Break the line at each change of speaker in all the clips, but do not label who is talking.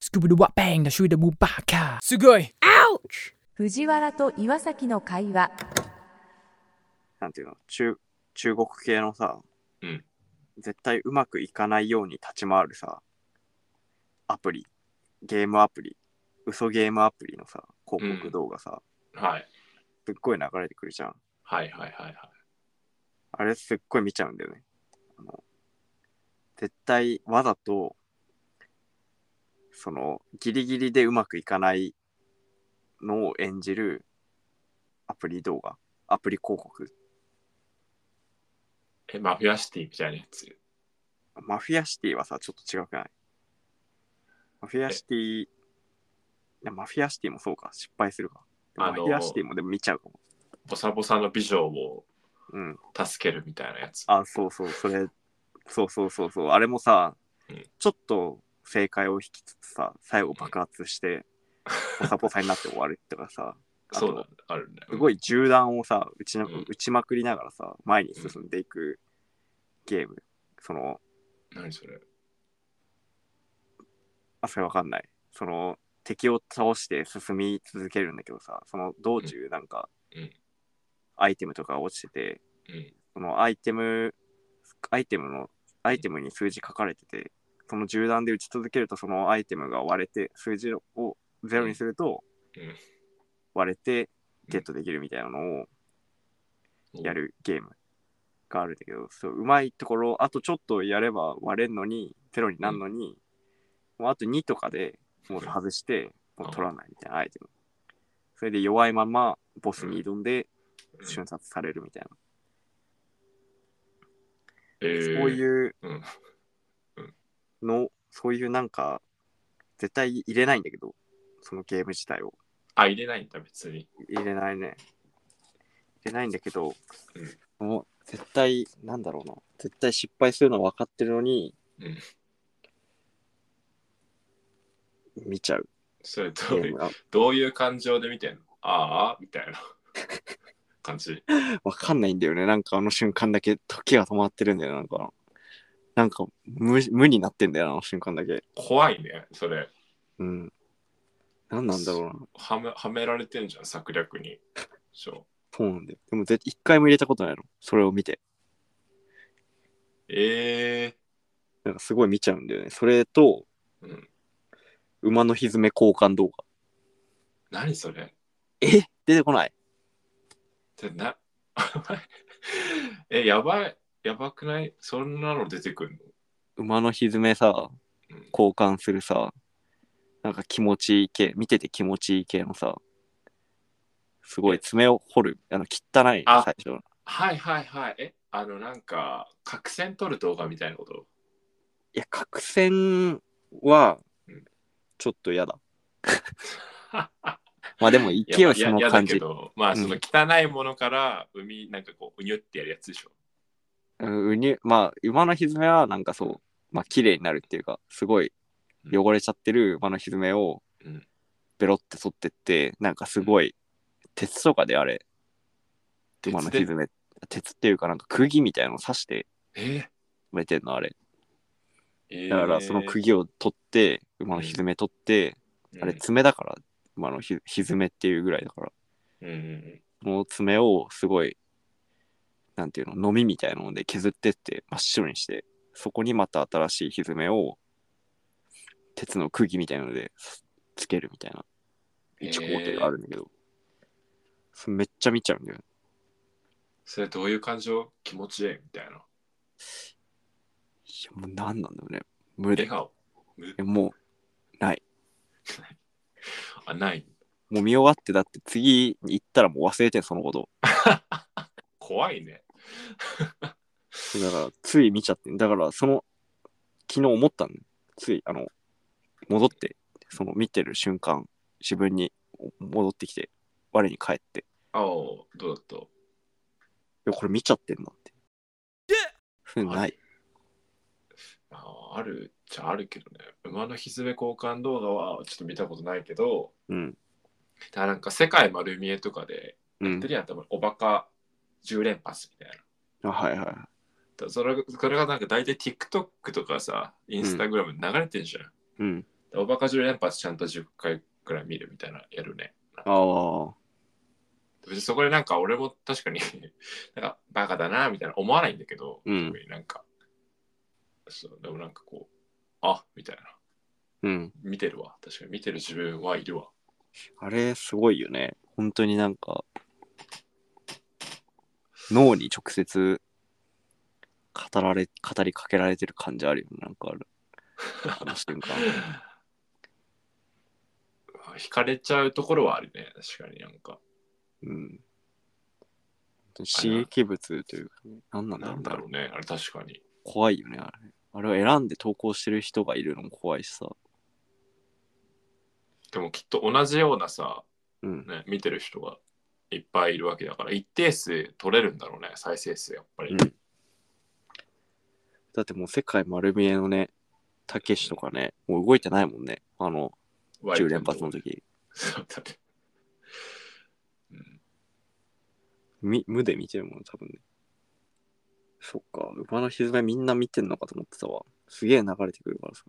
スクブルワペンダシューダムバカすごい
藤原と岩崎の会話
なんていうの中中国系のさ、
うん
絶対うまくいかないように立ち回るさアプリゲームアプリ嘘ゲームアプリのさ広
う
告
ん
動画さ、
はい。
すっごい流れてくるじゃん
はいはいはいはい。
あれすっごい見ちゃうんだよねあの絶対わざとそのギリギリでうまくいかないのを演じるアプリ動画アプリ広告
え、マフィアシティみたいなやつ。
マフィアシティはさ、ちょっと違くないマフィアシティ、いや、マフィアシティもそうか、失敗するか。でも
あのー
マフィアシティもでも見ちゃうかも。
ボサボサの美女を
うん。
助けるみたいなやつ。
あ、そうそう、それ、そうそうそうそう、あれもさ
うん、
ちょっと正解を引きつつさ、最後爆発して、ポサポサになって終わるとかさ、あ
そう
と
だ、あるんだよ。
すご
い。
い銃弾をさ、打ちな
うん
打ちまくりながらさ、前に進んでいくゲーム。その、
何それ。
あ、それわかんない。その、敵を倒して進み続けるんだけどさ、その道中なんか、
うん
アイテムとか落ちてて、
うん。
そのアイテム、アイテムの、アイテムに数字書かれてて、その銃弾で打ち続けると、そのアイテムが割れて、数字をゼロにすると
うん、
割れてゲットできるみたいなのを
うん
やるゲームがあるんだけど、そう、うまいところ、あとちょっとやれば割れんのに、ゼロになるのに、もうあと2とかでもう外して、もう取らないみたいなアイテム。それで弱いままボスに挑んで
うん
瞬殺されるみたいな。
えー、
そういう
うん
の、そういうなんか、絶対入れないんだけど、そのゲーム自体を。
あ、入れないんだ、別に。
入れないね。入れないんだけど、もう絶対、なんだろうな。絶対失敗するの分かってるのに、
うん
見ちゃう
それ
ゲ
どう
ー
い
ム
う、
が
どういう感情で見てんのああみたいな感じ。
わかんないんだよね。なんかあの瞬間だけ時が止まってるんだよ。なんか、なんか無無になってんだよな、あの瞬間だけ。
怖いね、それ。
うん。なんなんだろうな。
はめはめられてんじゃん、策略に。そう。
そうなんだよ。でも絶一回も入れたことないの。それを見て。
え
なんかすごい見ちゃうんだよね。それと、
ー、うん。
馬のひずめ交換動画。
何それ
え出てこない。
ってな え、やばい。やばくないそんなの出てくるの
馬のひずめさ、
うん
交換するさ、なんか気持ちいい系、見てて気持ちいい系のさ、すごい爪を掘る、あの、汚い
あ
最初の。
はいはいはい。え、あのなんか、角線取る動画みたいなこと
いや、角線は
うん、
ちょっと嫌だ。まあでも、勢
や
いその感
ややだけ
じ。
ど、まあその汚いものから海、なんかこう、うにゅってやるやつでしょ。
うんうにまあ、馬のひずめはなんかそう、まあ、綺麗になるっていうか、すごい汚れちゃってる馬のひずめを
うん、
ベロって取ってって、なんかすごい、鉄とかであれ、馬の
鉄
ひ
で
ずめ、鉄っていうか、なんか釘みたいなの刺して
え
埋めてんの、あれ。
え
だから、その釘を取って、馬のひずめ取って、あれ、爪だから、馬のひひずめっていうぐらいだから。
うんうんうん
その爪をすごいなんていうの飲みみたいなので削ってって真っ白にしてそこにまた新しいひずめを鉄の釘みたいなのでつけるみたいな一工程があるんだけど、それめっちゃ見ちゃうんだよ
それどういう感情気持ちいいみたいな。
いやもう何なんだろうね無
笑
理
顔
も
あ、ない。
うもう見終わってだって次に行ったらもう忘れてんそのこと
怖いね。
だからつい見ちゃってだからその昨日思ったのついあの戻ってその見てる瞬間自分に戻ってきて我に返って
あお、どうだっ
いやこれ見ちゃってんなってふうにない
たああるっちゃあるけどね。馬のひずめ交換動画はちょっと見たことないけど、
うん
だからなんか世界丸見えとかで、
う
やっ
ん
てるやん、多分おバカ10連発みたいな。
あはいはい
だそれそれがなんか大体 TikTok とかさ、インスタグラム流れてるじゃ
う
ん。
ん
でおバカ10連発ちゃんと10回くらい見るみたいなやるね。
ああ。
別にそこでなんか俺も確かに なんかバカだなみたいな思わないんだけど、
うん
特になんかそうでもなんかこうあみたいな
うん。
見てるわ確かに見てる自分はいるわ
あれ、すごいよね。本当になんか、脳に直接語られ、語りかけられてる感じあるよね。なんかある。あの瞬間。
まあ惹かれちゃうところはあるね確かになんか
うん。刺激物というか、ね、何なんだ
な
ろうんね
だろうねあれ確かに
怖いよね、あれ。あれを選んで投稿してる人がいるのも怖いしさ。
でもきっと同じようなさ、
うん。
ね、見てる人がいっぱいいるわけだから一定数取れるんだろうね再生数やっぱり、
うんだってもう世界丸見えのね、たけしとかね、もう動いてないもんね。あの、
割
10
と
連発の時。
そうだねうん
み無で見てるもん、多分ね。そっか、馬のひずめみんな見てんのかと思ってたわ。すげえ流れてくるからさ。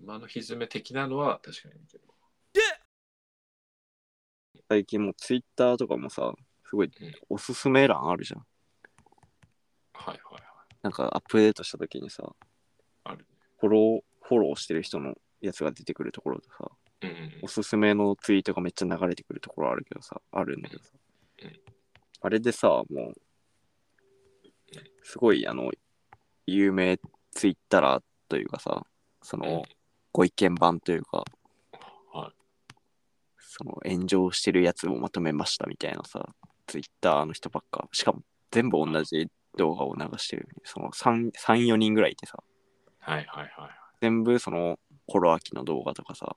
馬のひずめ的なのは確かに見てる
最近もうツイッターとかもさ、すごい
うん
おすすめ欄あるじゃん。
はいはいはい
なんかアップデートした時にさ、
ある
フォロー、フォローしてる人のやつが出てくるところとさ、
うんうん
おすすめのツイートがめっちゃ流れてくるところあるけどさ、あるんだけどさ
うん。
あれでさ、もう、すごい、あの、有名ツイッターラーというかさ、そ
うん
の、ご意見版というか、
はい
その、炎上してるやつをまとめましたみたいなさ、ツイッターの人ばっか、しかも全部同じ動画を流してる、その3、3、4人ぐらいいてさ、
はいはいはい
全部その、コロアキの動画とかさ、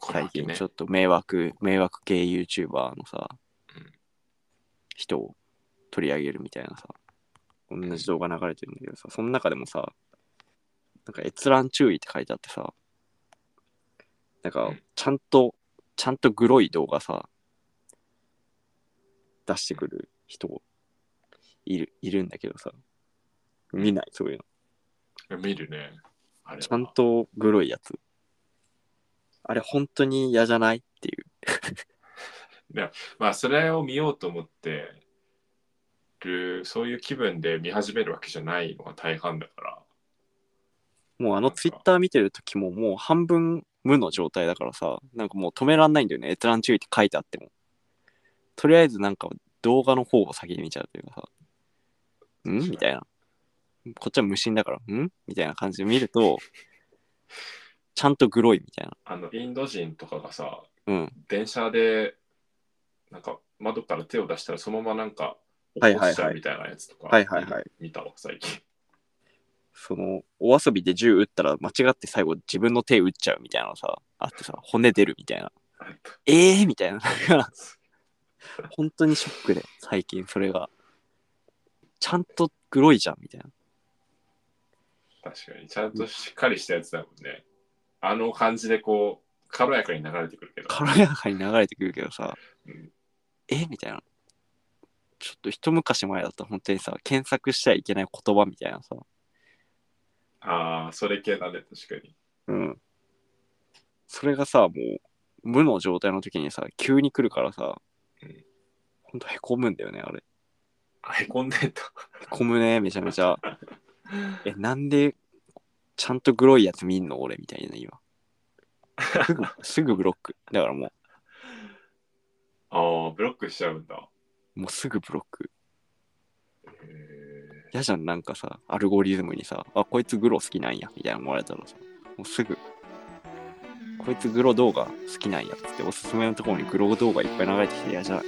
これ
最
だけ
近
ね
ちょっと迷惑、迷惑系 YouTuber のさ、
うん
人を取り上げるみたいなさ同じ動画流れてるんだけどさその中でもさなんか閲覧注意って書いてあってさなん
う
か
ん
ちゃんとちゃんとグロい動画さ出してくる人いるいるんだけどさ見ないそういうの
見るねあれは
ちゃんとグロいやつあれ本当に嫌じゃないっていう
まあそれを見ようと思ってるそういう気分で見始めるわけじゃないのが大半だから
もうあ
な
の
んか
ツイッター見てる時ももう半分無の状態だからさ、なんかもう止めらんないんだよね。閲覧注意って書いてあっても。とりあえずなんか動画の方を先に見ちゃうというかさ、ん
確かに
みたいな。こっちは無心だから、んみたいな感じで見ると、ちゃんとグロいみたいな。
あのインド人とかがさ
うん。
電車でなんか窓から手を出したらそのままなんか
はい
落
はいはい
ちちゃうみたいなやつとか
はいはいはい
見たわ最近
その、お遊びで銃撃ったら間違って最後自分の手撃っちゃうみたいなのさ、あってさ、骨出るみたいな。
あった
えーみたいな。本当にショックで、最近それが。ちゃんとグロいじゃんみたいな。
確かにちゃんとしっかりしたやつだもんねあの感じでこう軽やかに流れてくるけど
軽やかに流れてくるけどさ、
うん
えみたいな。ちょっと一昔前だったら本当にさ、検索しちゃいけない言葉みたいなさ。
ああそれ系だね確かに
うん。それがさ、もう、無の状態の時にさ、急に来るからさ
うん、
ほんとへこむんだよね、あれ。
あへこんでんだ
へこむね、めちゃめちゃ。え、なんで、ちゃんとグロいやつ見んの俺みたいな、今。すぐ、すぐブロック。だからも
ああブロックしちゃうんだ
う、もうすぐブロック。
へえ
嫌じゃん、なんかさ、アルゴリズムにさ、あ、こいつグロ好きなんや、みたいな思われたらさ、もうすぐ、こいつグロ動画好きなんやっつって、おすすめのところにグロ動画いっぱい流れてきて嫌じゃん。